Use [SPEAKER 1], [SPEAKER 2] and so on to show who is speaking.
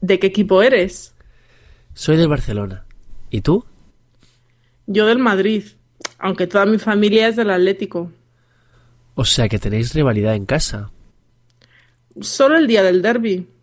[SPEAKER 1] ¿De qué equipo eres?
[SPEAKER 2] Soy del Barcelona. ¿Y tú?
[SPEAKER 1] Yo del Madrid, aunque toda mi familia es del Atlético.
[SPEAKER 2] O sea que tenéis rivalidad en casa.
[SPEAKER 1] Solo el día del derby.